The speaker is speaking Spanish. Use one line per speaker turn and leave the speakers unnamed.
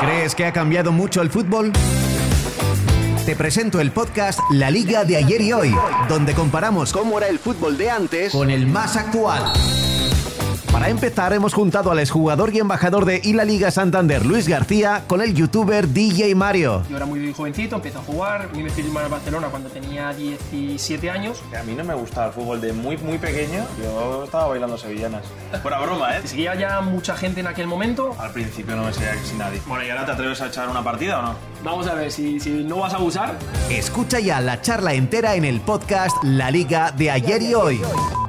¿Crees que ha cambiado mucho el fútbol? Te presento el podcast La Liga de ayer y hoy, donde comparamos cómo era el fútbol de antes con el más actual. Para empezar, hemos juntado al exjugador y embajador de Y la Liga Santander, Luis García, con el youtuber DJ Mario.
Yo era muy jovencito, empecé a jugar, a mí me firmaron en Barcelona cuando tenía 17 años.
A mí no me gustaba el fútbol de muy, muy pequeño. Yo estaba bailando sevillanas. Fuera broma, ¿eh?
Y Seguía ya mucha gente en aquel momento.
Al principio no me sabía casi nadie. Bueno, ¿y ahora te atreves a echar una partida o no?
Vamos a ver, si, si no vas a abusar,
Escucha ya la charla entera en el podcast La Liga de ayer y hoy.